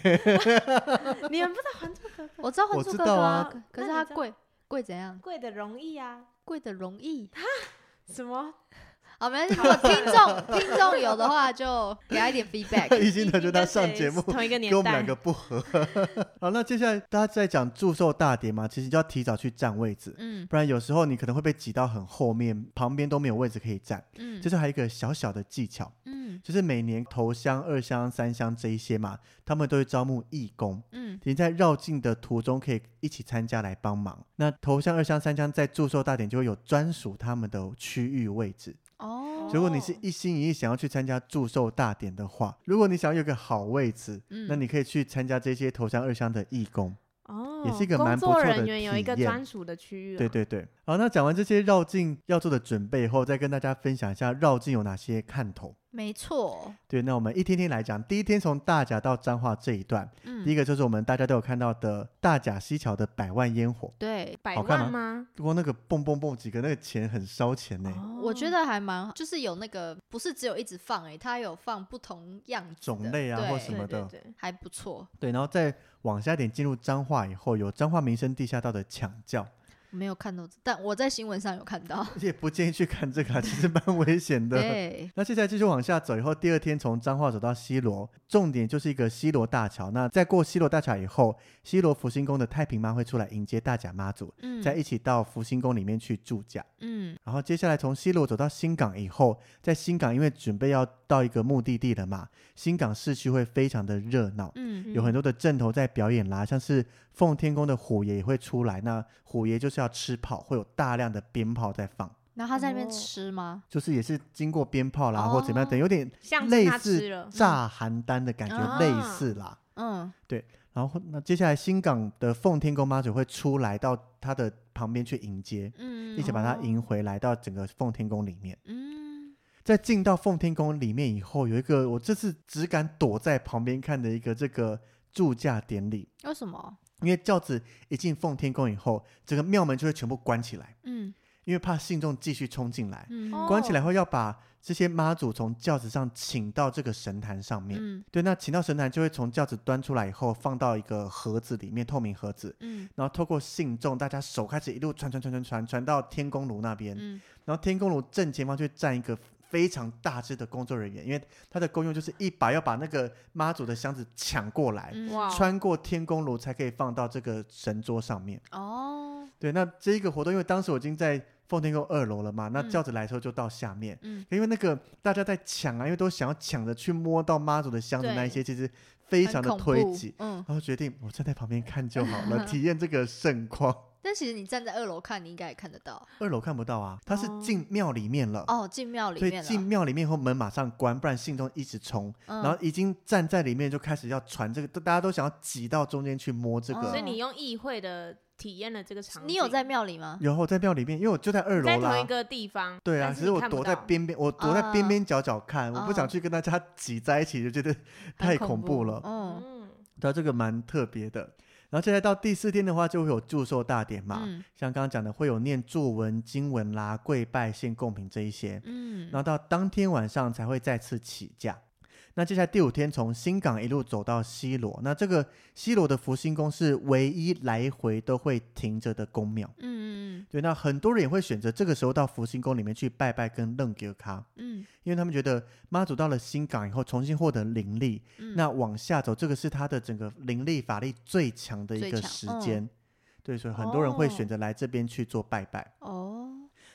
你们不知道《还珠格格》
我知道还
我
珠
知
格格
道
啊
啊
可可是
那
它
你知道
贵贵怎样？
跪的容易啊？
贵的容易。
什么？
好，没关 系。如果听众听众有的话，就给他 一点 feedback。
一心的就他上节目
跟谁同一个年 代，
跟我们两个不合。好，那接下来大家在讲祝寿大典嘛，其实就要提早去占位置，
嗯
不然有时候你可能会被挤到很后面，旁边都没有位置可以站。
嗯，
这
是
是还有一个小小的技巧，
嗯
就是每年头香、二香、三香这一些嘛，他们都会招募义工。
嗯
你在绕境的途中可以一起参加来帮忙。那头香、二香、三香在祝寿大典就会有专属他们的区域位置。
哦，
如果你是一心一意想要去参加祝寿大典的话，如果你想要有个好位置，
嗯
那你可以去参加这些头香、二香的义工。
哦，
也是一个蛮
工
不错
作
的
人员有一个
体验
专属的区域、啊，
对对对。好，那讲完这些绕境要做的准备后，再跟大家分享一下绕境有哪些看头。
没错。
对，那我们一天天来讲。第一天从大甲到彰化这一段，
嗯，
第一个就是我们大家都有看到的大甲西桥的百万烟火。
对，
百
好看
万吗？
不过那个蹦蹦蹦几个那个钱很烧钱呢、
哦
我觉得还蛮，就是有那个不是只有一直放哎、欸，它有放不同样子的
种类啊或
对
什么的
对对对
还不错，
对，然后再往下一点进入彰化以后，有彰化民生地下道的抢教，
我没有看到，但我在新闻上有看 到。
也不建议去看这个、啊，其 实蛮危险的。
对，
那接下来继续往下走，以后第二天从彰化走到西罗，重点就是一个西罗大桥。那在过西罗大桥以后，西罗福星宫的太平妈会出来迎接大甲妈祖，
嗯，
再一起到福星宫里面去住驾。
嗯
然后接下来从西罗走到新港以后，在新港因为准备要到一个目的地了嘛，新港市区会非常的热闹，
嗯
有很多的阵头在表演啦，像是奉天宫的虎爷也会出来，那虎爷就是要吃炮，会有大量的鞭炮在放，
然后他在那边
哦
吃吗？
就是也是经过鞭炮啦、或怎么样，等有点
像是
类
哦他吃
似
了，嗯
炸邯郸的感觉，
啊
类似啦。
嗯，
然后那接下来新港的奉天宫妈祖会出来到他的旁边去迎接，
嗯
一起把他迎回来到整个奉天宫里面。
嗯，
在进到奉天宫里面以后，有一个我这次只敢躲在旁边看的一个这个祝驾典礼，
为什么？
因为轿子一进奉天宫以后，整个庙门就会全部关起来，
嗯
因为怕信众继续冲进来。
嗯
哦
关起来后要把这些妈祖从轿子上请到这个神坛上面。
嗯
对，那请到神坛就会从轿子端出来以后，放到一个盒子里面，透明盒子，
嗯
然后透过信众，大家手开始一路传传传传传传到天公炉那边。
嗯
然后天公炉正前方就站一个非常大只的工作人员，因为他的功用就是一把要把那个妈祖的箱子抢过来，
嗯
哇，
穿过天公炉才可以放到这个神桌上面。
哦，
对，那这一个活动，因为当时我已经在奉天宫二楼了嘛，那
嗯
轿子来的时候就到下面。
嗯
因为那个大家在抢啊，因为都想要抢着去摸到妈祖的箱子那一些，其实非常的
很恐
推
怖
挤，
嗯，
然后决定我站在旁边看就好 了，体验这个盛况。
但其实你站在二楼看，你应该也看得到。
二楼看不到啊，它是
哦
进庙里面了，
哦，进庙里
所
面
以
了。
进庙里面后门马上关，不然信众一直冲，
嗯
然后已经站在里面就开始要传这个，大家都想要挤到中间去摸
哦
这
所
个
以。你用议会的体验了这个场景，
你有在庙里吗？
然后在庙里面，因为我就在二
在
楼
同
啦
一，个地方，
对啊，
但
只
是
是
你
我
看不
躲在
到，
边边，我躲在边边角角看，我不想
啊
去跟大家挤在一起，就觉得太
很
恐怖了。
嗯
嗯，
对啊，这个蛮特别的。然后接下来到第四天的话，就会有祝寿大典嘛，
嗯
像刚刚讲的，会有念祝文、经文啦、跪拜、献贡品这一些。
嗯
然后到当天晚上才会再次起驾。那接下来第五天从新港一路走到西罗，那这个西罗的福星宫是唯一来回都会停着的宫庙。
嗯
对，那很多人也会选择这个时候到福星宫里面去拜拜跟楞格卡，
嗯
因为他们觉得妈祖到了新港以后重新获得灵力，
嗯
那往下走，这个是他的整个灵力法力最强的一
最
个
强
时
嗯
间。对，所以很多人会
哦
选择来这边去做拜拜。
哦，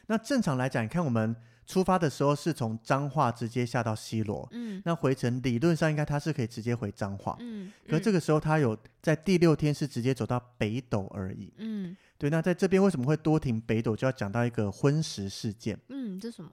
那正常来讲，你看我们出发的时候是从彰化直接下到西罗，
嗯
那回程理论上应该他是可以直接回彰化，
嗯，
可这
个
个时候他有在第六天是直接走到北斗而已。
嗯
对，那在这边为什么会多停北斗，就要讲到一个婚食事件。
嗯，这什么？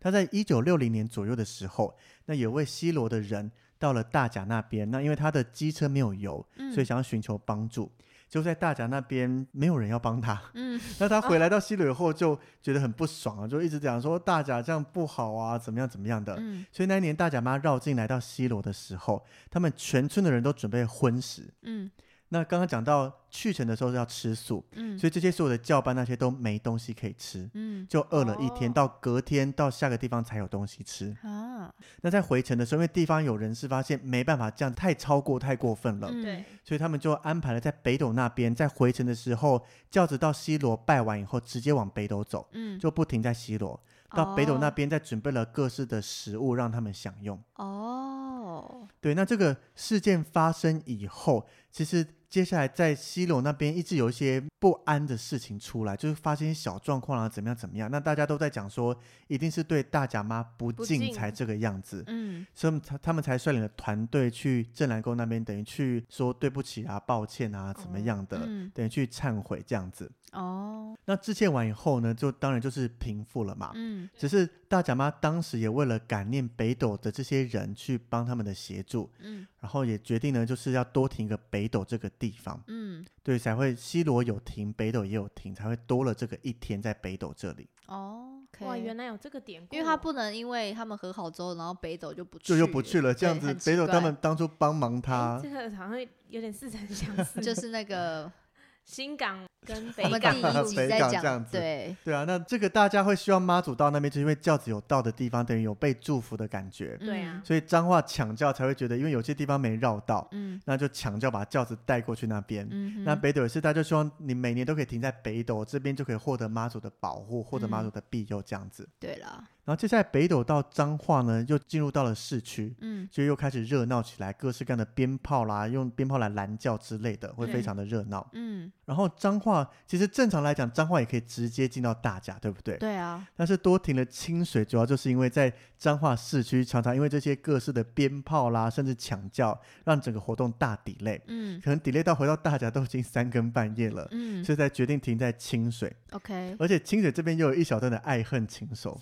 他在一九六零年左右的时候，那有位西罗的人到了大甲那边，那因为他的机车没有油，
嗯，
所以想要寻求帮助。结果在大甲那边没有人要帮他，
嗯
那他回来到西鲁以后就觉得很不爽啊，就一直讲说大甲这样不好啊，怎么样怎么样的。
嗯
所以那一年大甲妈绕境来到西罗的时候，他们全村的人都准备荤食。
嗯
那刚刚讲到去程的时候是要吃素，
嗯，
所
以
以这些所有的教班那些都没东西可以吃，
嗯
就饿了一天，
哦
到隔天到下个地方才有东西吃。
啊，
那在回程的时候，因为地方有人是发现没办法这样太超过太过分了，
嗯
对，
所以他们就安排了在北斗那边，在回程的时候，轿子到西罗拜完以后，直接往北斗走，
嗯，
就不停在西罗。到北斗那
哦
边再准备了各式的食物让他们享用。
哦，
对，那这个事件发生以后，其实接下来在西罗那边一直有一些不安的事情出来，就是发生小状况啊，怎么样怎么样。那大家都在讲说，一定是对大甲妈不
不
敬
敬
才这个样子。
嗯
所以他们才他们才率领了团队去镇南宫那边，等于去说对不起啊、抱歉啊，怎么样的，
嗯
等于去忏悔这样子。
哦，
那致歉完以后呢，就当然就是平复了嘛。
嗯
只是大甲妈当时也为了感念北斗的这些人，去帮他们的协助，
嗯
然后也决定呢，就是要多停一个北斗这个地方，
嗯，
对，才会西罗有停，北斗也有停，才会多了这个一天在北斗这里，
哦，
哇，原
来。
来有这个典故哦，
因 为他不能因为他们和好之后，然后北斗就不
就又不去了，
对
这样子
很奇
北斗他
怪
们当初帮忙
哎
他
这，个好像有点似曾相识，
就是那个
新港跟
我
北
们
港
第
的
一
路
集
北
在
港这样
讲
子
对，
对啊，那这个大家会希望妈祖到那边，就是因为轿子有到的地方，等于有被祝福的感觉，
嗯
对啊
所以彰化抢轿才会觉得，因为有些地方没绕到，
嗯
那就抢轿把轿子带过去那边，
嗯哼，
那北斗也是，大家就希望你每年都可以停在北斗这边，就可以获得妈祖的保护，获得妈
嗯
祖的庇佑这样子。
对啦，
然后接下来北斗到彰化呢，又进入到了市区，
嗯
就又开始热闹起来，各式各样的鞭炮啦，用鞭炮来拦轿之类的，会非
对
常的热闹。
嗯，
然后彰化其实正常来讲，彰化也可以直接进到大甲，对不对？
对啊，
但是多停了清水，主要就是因为在彰化市区常常因为这些各式的鞭炮啦，甚至抢轿，让整个活动大 delay，
嗯
可能 delay 到回到大甲都已经三更半夜了。
嗯
所以才决定停在清水，
，OK，
而且清水这边又有一小段的爱恨情仇。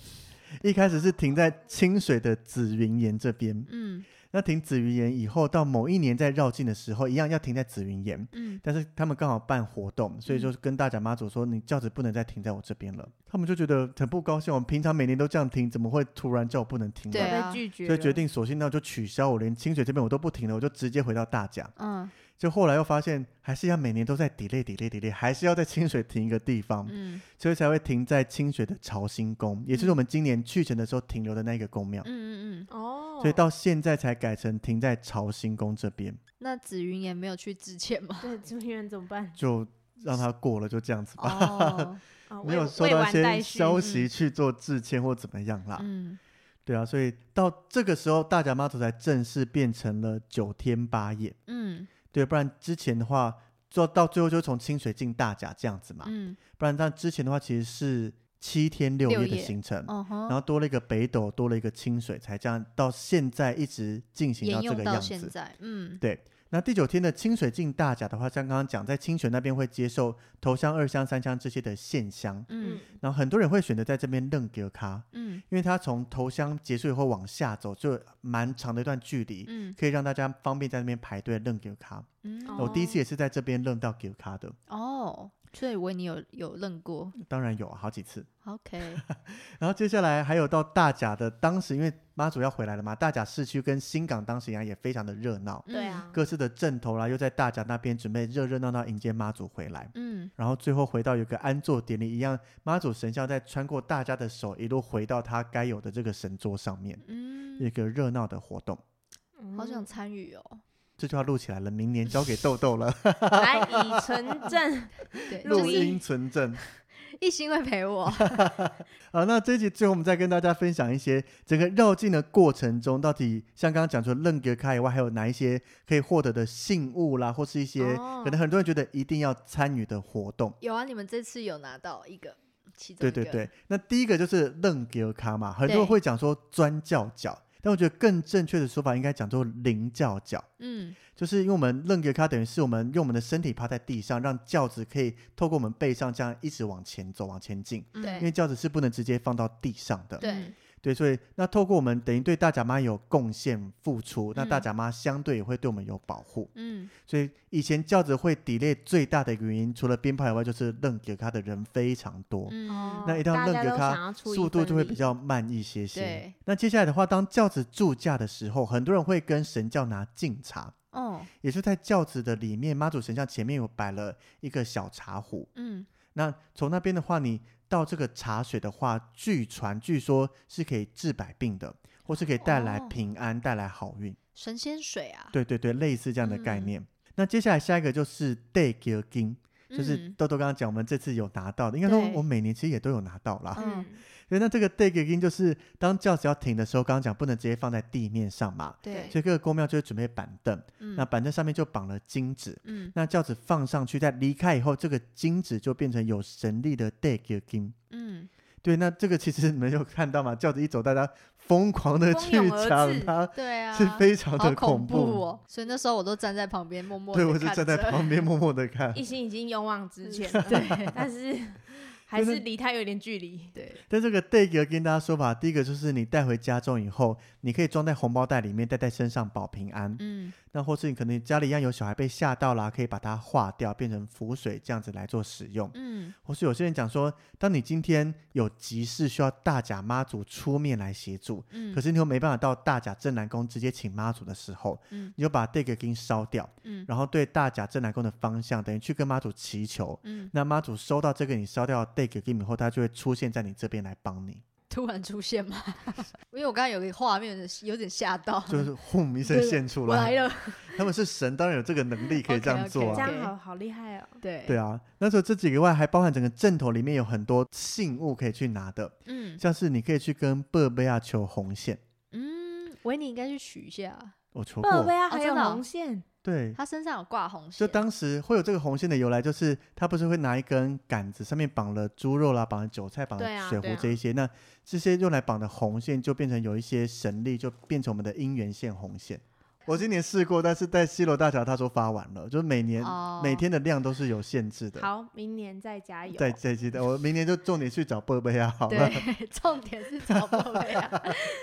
一开始是停在清水的紫云岩这边，
嗯
那停紫云岩以后，到某一年在绕境的时候，一样要停在紫云岩，
嗯
但是他们刚好办活动，所以就跟大甲妈祖说：“你轿子不能再停在我这边了。”
嗯
他们就觉得很不高兴，我们平常每年都这样停，怎么会突然叫我不能停
对
了？
被
啊
拒绝
所
了，
以决定索性那我就取消，我连清水这边我都不停了，我就直接回到大甲。
嗯
就后来又发现，还是要每年都在 delay delay delay，还是要在清水停一个地方，
嗯
所以才会停在清水的朝兴宫，也就是我们今年去程的时候停留的那个宫庙
嗯。嗯嗯，
哦，
所以到现在才改成停在朝兴宫这边，
那紫云也没有去致 歉吗？
对朱元怎么办
就让它过了，就这样子吧。
哦，
啊？
没
未
有收
未
到一
完待
些
续
消
嗯
息去做致歉或怎么样啦。
嗯
对啊，所以到这个时候，大甲妈祖才正式变成了九天八夜。
嗯
对，不然之前的话，做到最后就从清水进大甲这样子嘛。
嗯，
不然像之前的话，其实是七天六夜
六
的
夜
行程，
哦
然
哼，
后多了一个北斗，多了一个清水，才这样到现在一直进行
沿
这
用
个
到
样
现
子。
在，嗯
那第九天的清水进大甲的话，像刚刚讲，在清水那边会接受头香、二香、三香这些的线香，
嗯
嗯，
然后很多人会选择在这边愣格咖，
嗯
因为它从头香结束以后往下走，就蛮长的一段距离，
嗯
可以让大家方便在那边排队愣格咖。
嗯，
我第一次也是在这边愣到格咖的，
哦，所以维尼有有认过
当然有啊好几次。
，OK，
然后接下来还有到大甲的，当时因为妈祖要回来了嘛，大甲市区跟新港当时一样也非常的热闹，
对啊，
各自的阵头啦，又在大甲那边准备热热闹闹迎接妈祖回来。
嗯
然后最后回到有个安坐典礼一样，妈祖神像再穿过大家的手，一路回到她该有的这个神桌上面，
嗯
一个热闹的活动。
好
嗯
想参与哦。
这句话录起来了，明年交给豆豆了，
嗯来以纯正，
对，
录
就
录
是
音存证。
一心会 陪我。
好，那这一集最后我们再跟大家分享一些整个绕境的过程中，到底像刚刚讲除了楞格开以外，还有哪一些可以获得的信物啦，或是一些、
哦
可能很多人觉得一定要参与的活动。
有啊，你们这次有拿到一个，其中
对
一
对
个
对，那第一个就是楞格卡嘛，很多
对
人会讲说专教角，但我觉得更正确的说法应该讲做灵教角。
嗯，
就是因为我们楞格卡等于是我们用我们的身体趴在地上，让轿子可以透过我们背上这样一直往前走、往前进。
嗯
对
因为轿子是不能直接放到地上的，
对，
对，所以那透过我们等于对大甲妈有贡献付出，那
嗯
大甲妈相对也会对我们有保护。
嗯，
所以以前轿子会 delay 最大的一个原因，除了鞭炮以外，就是楞格卡的人非常多，
嗯，
哦
那一到
大
楞
家
格
都
卡
想要出一
速度
份
就会
力
比较慢一些些。
对，
那接下来的话，当轿子住驾的时候，很多人会跟神教拿敬茶，
哦，
也就在轿子的里面，妈祖神像前面有摆了一个小茶壶。
嗯，
那从那边的话，你到这个茶水的话，据传据说是可以治百病的，或是可以带来
哦
平安、带来好运。
神仙水啊，
对对对，类似这样的概
嗯
念。那接下来下一个就是 day g i r g i n
嗯，
就是豆豆刚刚讲，我们这次有拿到的，应该说
对
我每年其实也都有拿到啦。
嗯
嗯，
对，那这个 day g i r g i n 就是当轿子要停的时候，刚刚讲不能直接放在地面上嘛，
对，
所以各个公庙就会准备板凳，
嗯
那板凳上面就绑了金纸，
嗯
那轿子放上去，在离开以后，这个金纸就变成有神力的 day g i r g i n
嗯，
对，那这个其实你们有看到吗？轿子一走，大家疯狂的
蜂
去
拥而
抢
至
它，
对啊，
是非常
好
的
恐
怖。
哦。所以那时候我都站在旁边默默，
对，我是站在旁边默默的 看
一。心已经勇往直前了，对，但是还
就是
是离他有点距离。
对，
但这个 day 格跟大家说法，第一个就是你带回家中以后，你可以装在红包袋里面，带在身上保平安。
嗯
那或是你可能家里一样有小孩被吓到啦，可以把它化掉，变成符水这样子来做使用。
嗯
或是有些人讲说，当你今天有急事需要大甲妈祖出面来协助，
嗯，
可是你又没办法到大甲镇南宫直接请妈祖的时候，
嗯
你就把这个给烧掉，
嗯
然后对大甲镇南宫的方向，等于去跟妈祖祈求。
嗯，
那妈祖收到这个你烧掉的 deg 给你后，他就会出现在你这边来帮你，
突然出现嘛， 因为我刚刚有个画面有点吓到，
就是轰一声现出
啊我来
来。
了，
他们是神，当然有这个能力可以这样做
这
啊。
OK，OK
样好好厉害哦！
对
对，啊，那除了这几个外，还包含整个阵头里面有很多信物可以去拿的，
嗯
像是你可以去跟贝贝亚求红线，
嗯，维尼应该去取一下，
我求
贝尔
过
贝，亚
哦
还
真
有
的哦
红线，
对，
他身上有挂红
就
线，
当时会有这个红线的由来，就是他不是会拿一根杆子，上面绑了猪肉啦，绑了韭菜，绑
对
了
啊
水
对
壶
啊
这一些。那这些用来绑的红线，就变成有一些神力，就变成我们的姻缘线红线。我今年试过，但是在西罗大桥，他说发完了，就是每年、
哦
每天的量都是有限制的。
好，明年再加油。
再再记得，我明年就重点去找贝贝啊，好了。
对， 重点是
哦
找宝贝啊，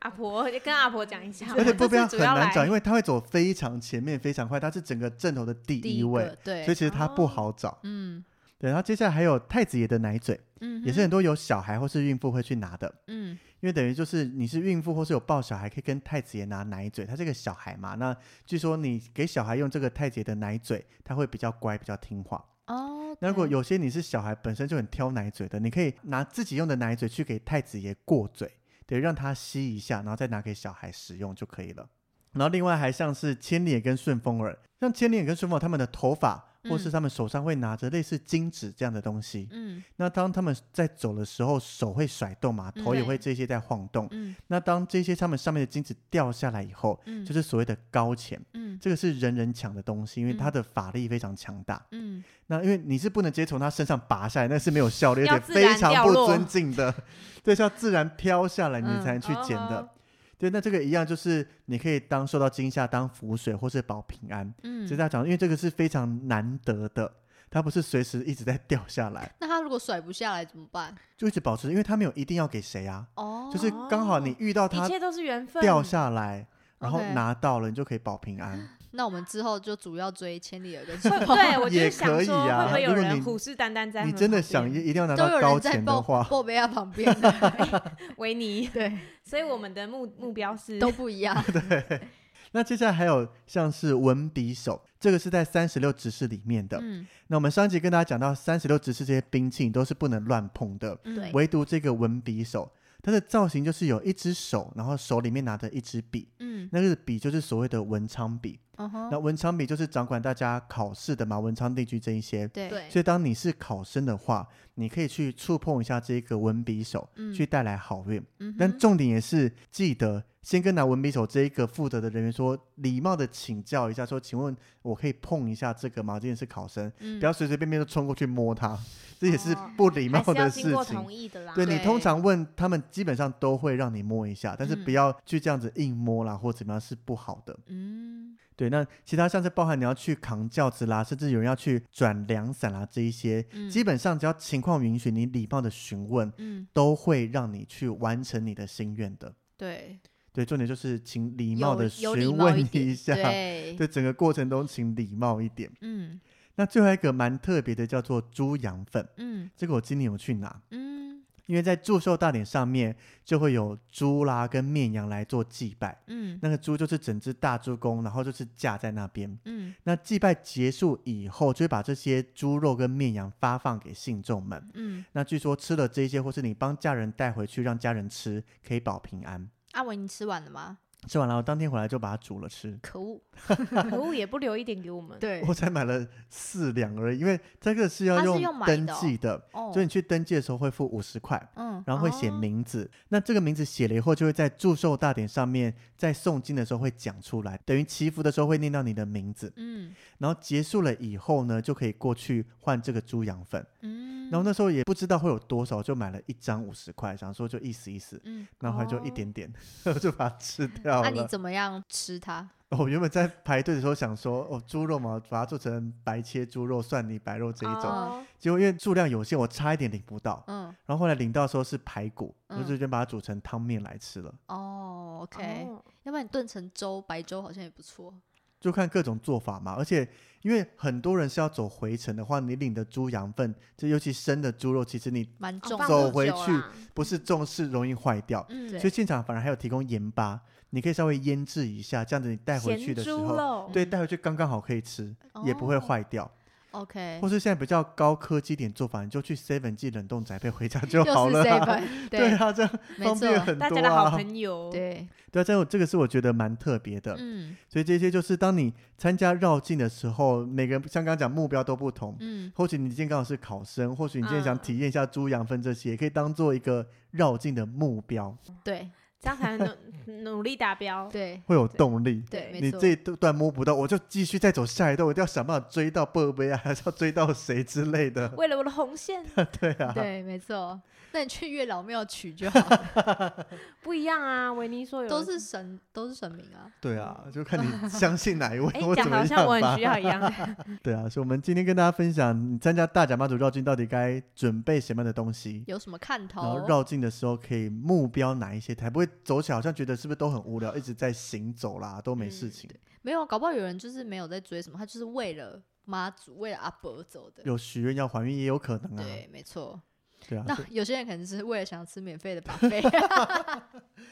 阿婆跟阿婆讲一下，
而且贝
这
贝啊
次主
很
要
难
来
找，因为他会走非常前面，非常快，他是整个阵头的第
第一
一位，
个对
所以，其实他不
哦
好找。
嗯
对，然后接下来还有太子爷的奶嘴。
嗯哼，
也是很多有小孩或是孕妇会去拿的，
嗯
因为等于就是你是孕妇或是有抱小孩，可以跟太子爷拿奶嘴，他是个小孩嘛。那据说你给小孩用这个太子爷的奶嘴，他会比较乖，比较听话。
哦，
那如果
对
有些你是小孩本身就很挑奶嘴的，你可以拿自己用的奶嘴去给太子爷过嘴，对，让他吸一下，然后再拿给小孩使用就可以了。然后另外还像是千里眼跟顺风耳，像千里眼跟顺风耳他们的头发或是
嗯
他们手上会拿着类似金纸这样的东西，
嗯
那当他们在走的时候，手会甩动嘛，
嗯
头也
对
会这些在晃动。
嗯
那当这些他们上面的金子掉下来以后，
嗯，
就是是所谓的高钱，
嗯
这个是人人抢的东西，因为
嗯
它的法力非常强大。
嗯
那因为你是不能直接从他身上拔下来，那是没有效率，
要
而且
自
非
然
常
掉
不
落
尊敬的， 对，是要自然飘下来你
嗯
才能去捡的。
哦
对，那这个一样就是你可以当受到惊吓当符水或是保平安。
嗯
其实，他讲，因为这个是非常难得的，它不是随时一直在掉下来。
那他如果甩不下来怎么办？
就一直保持，因为他没有一定要给谁啊，
哦，
就是刚好你遇到
一
他
切都是缘分。
掉下来，然后
OK
拿到了，你就可以保平 安。
那我们之后就主要追千里耳跟
会 对我就是
也
想
可以
说，
啊
会不会有
如果
人
你
虎视眈眈在他
你
们
真的
旁
想
边
一一定要拿
都
到
有
高
人在
钱
报
的话，
报贝亚旁边的，
维尼？
对，
所以我们的目目标是
都不一样。
对。那接下来还有像是文匕首，这个是在三十六执事里面的。
嗯，
那我们上一集
嗯
跟大家讲到，三十六执事这些兵器你都是不能乱碰的，
对
唯独这个文匕首，它的造型就是有一只手，然后手里面拿着一支笔，
嗯
那个笔就是所谓的文昌笔。
嗯哼，
那文昌笔就是掌管大家考试的嘛，文昌帝君这一些。
对
对
所以当你是考生的话，你可以去触碰一下这个文笔手，
嗯
去带来好运。
嗯
但
哼
重点也是记得先跟拿文笔手这一个负责的人员说，礼貌的请教一下，说，请问我可以碰一下这个吗？这件事考生，
嗯
不要随随便便就冲过去摸它，这也是
哦
不礼貌
还是要
的
经
事
过
情
同。意的啦。
对你
对
通常问他们，基本上都会让你摸一下，但是
嗯
不要去这样子硬摸啦，或怎么样是不好的。
嗯
对，那其他像是包含你要去扛轿子啦，甚至有人要去转凉伞啦这一些，
嗯
基本上只要情况允许，你礼貌的询问，
嗯
都会让你去完成你的心愿的。
对，
对，重点就是请礼
有
貌的
有礼
询
貌
问
点
一下，
对，
对整个过程中请礼貌一点。
嗯
那最后一个蛮特别的叫做猪羊粉，
嗯
这个我今年有去拿，
嗯
因为在祝寿大典上面就会有猪啦跟绵羊来做祭拜，
嗯
那个猪就是整只大猪公，然后就是架在那边。
嗯
那祭拜结束以后，就会把这些猪肉跟绵羊发放给信众们。
嗯，
那据说吃了这些，或是你帮家人带回去让家人吃，可以保平安。
阿文你吃完了吗？
吃完了，我当天回来就把它煮了吃。
可恶，
啊
可恶，也不留一点给我们。
对
我才买了四两而已，因为这个是
它
要
是用买的
登
哦
记的，
哦
所以你去登记的时候会付五十块，
嗯
然后会写
哦
名字。那这个名字写了以后，就会在祝寿大典上面，在诵经的时候会讲出来，等于祈福的时候会念到你的名字。
嗯
然后结束了以后呢，就可以过去换这个猪羊粉。
嗯，
然后那时候也不知道会有多少，就买了一张五十块，想说就意思意思。
嗯，
然后后来就一点点， 我就把它吃掉了。
那你怎么样吃它？
哦我原本在排队的时候想说，哦，猪肉嘛，把它做成白切猪肉、蒜泥白肉这一种。
哦
结果因为数量有限，我差一点领不到。
嗯
然后后来领到的时候是排骨，我就
嗯
直接把它煮成汤面来吃了。
哦，OK，
哦
要不然你炖成粥，白粥好像也不错。
就看各种做法嘛，而且因为很多人是要走回程的话，你领的猪羊粪，就尤其生的猪肉，其实你
蛮
哦
重
放
的，
走
不
回
久
去
啦
不是重视，容易坏掉。
嗯，
所以现场反而还有提供盐巴，你可以稍微腌制一下，这样子你带回
咸
去的时
猪
候，
肉，
对，带回去刚刚好可以吃，也不会
哦
坏掉。
OK，
或是现在比较高科技点做法，你就去 Seven 寄冷冻宅配回家就
又
好
是
了
这一
啊、
本，
对
对
啊，这样
没
方便
错
很
大
多
家的好
啊。
朋友。，
对，
对啊，这样这个是我觉得蛮特别的。
嗯
所以这些就是当你参加绕境的时候，每个人像刚刚讲目标都不同。
嗯
或许你今天刚好是考生，或许你今天想
嗯
体验一下猪羊粪这些，也可以当做一个绕境的目标，
对
这样才能努努力达标。
对
会有动力。
对，没
你
错
这一段摸不到，我就继续再走下一段，我一定要想办法追到贝贝啊，还是要追到谁之类 的。
为了我的红线
对啊，
对没错。那你去月老庙 取就好了，
不一样啊，维尼说有
都是神，都是神明啊。
对啊，就看 你相信哪一位
哎，
或怎
讲得
么
好像我
样
很
吧
需。要一样。
对啊，所以我们今天跟大家分享，你参加大甲妈祖绕境到底该准备什么样的东西，
有什么看
然后
哦
头？
绕境的时候可以目标哪一些台，不会走起来好像觉得是不是都很无聊，一直在行走啦，都没事
嗯
情。
没有，搞不好有人就是没有在追什么，他就是为了妈祖，为了阿伯走的。
有许愿要还愿也有可能啊，
对，没错。
对啊，
那
所以
有些人可能是为了想吃免费的啊 buffet，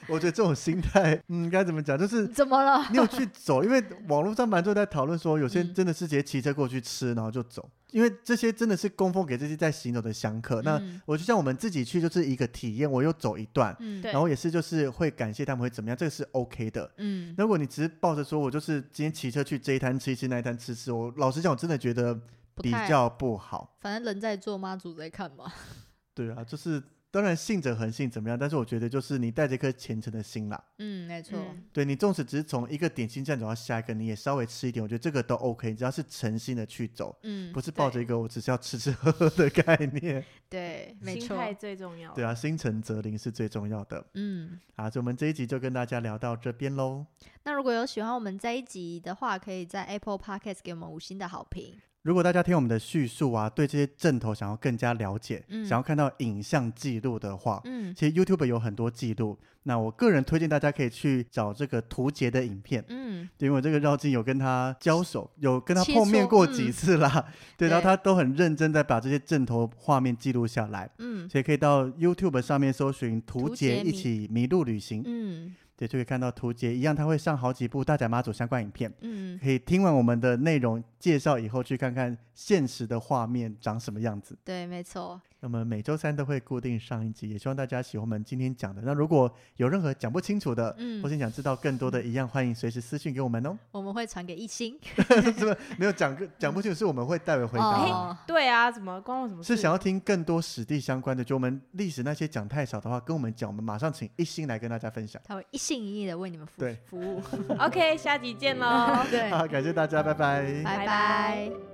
我觉得这种心态，嗯，该怎么讲，就是
怎么了？
你有去走，因为网络上蛮多人在讨论说，有些
嗯
人真的是直接骑车过去吃，然后就走，因为这些真的是供奉给这些在行走的香客。 那
嗯
我就像我们自己去就是一个体验，我又走一段，
嗯，
对
然后也是就是会感谢他们会怎么样，这个是 OK 的。
嗯，
如果你只是抱着说我就是今天骑车去这一摊吃一吃，那一摊吃吃，我老实讲，我真的觉得
不
比
太，
较不好。
反正人在做，妈祖在看 嘛。
对啊，就是当然信者恒信怎么样，但是我觉得就是你带着一颗虔诚的心啦。
嗯，没错。
嗯
对你，纵使只是从一个点心站走到下一个，你也稍微吃一点，我觉得这个都 OK，只要是诚心的去走，
嗯，
不是抱着一个我只是要吃吃喝喝的概念。
对，没
心
错。
态最重要。
对啊，心诚则灵是最重要的。
嗯，
好，所以我们这一集就跟大家聊到这边喽。
那如果有喜欢我们这一集的话，可以在 Apple Podcast 给我们五星的好评。
如果大家听我们的叙述啊，对这些阵头想要更加了解，
嗯
想要看到影像记录的话，
嗯
其实 YouTube 有很多记录。那我个人推荐大家可以去找这个图杰的影片，
嗯，
因为我这个绕境有跟他交手，有跟他
切
碰面
磋
过
嗯
几次啦。 对，然后
对
他都很认真在把这些阵头画面记录下来，
嗯
所以可以到 YouTube 上面搜寻“图
图
杰
杰
一
迷
起迷路旅行”，
嗯
对，就可以看到图杰一样，他会上好几部大甲妈祖相关影片。
嗯，
可以听完我们的内容介绍以后，去看看现实的画面长什么样子。
对，没错。
那么每周三都会固定上一集，也希望大家喜欢我们今天讲的。那如果有任何讲不清楚的，
嗯
或，是想知道更多的，一样欢迎随时私讯给我们 哦。
我们会传给一心。
是不是没有讲个讲不清楚，是我们会代为回答。
哦
对啊，怎么关我什么事？
是想要听更多史地相关的，就我们历史那些讲太少的话，跟我们讲，我们马上请一心来跟大家分享。
他会一心一意的为你们服
对
服务。
OK，下集见喽。
对，
好，感谢大家，拜拜。
拜
拜拜
拜。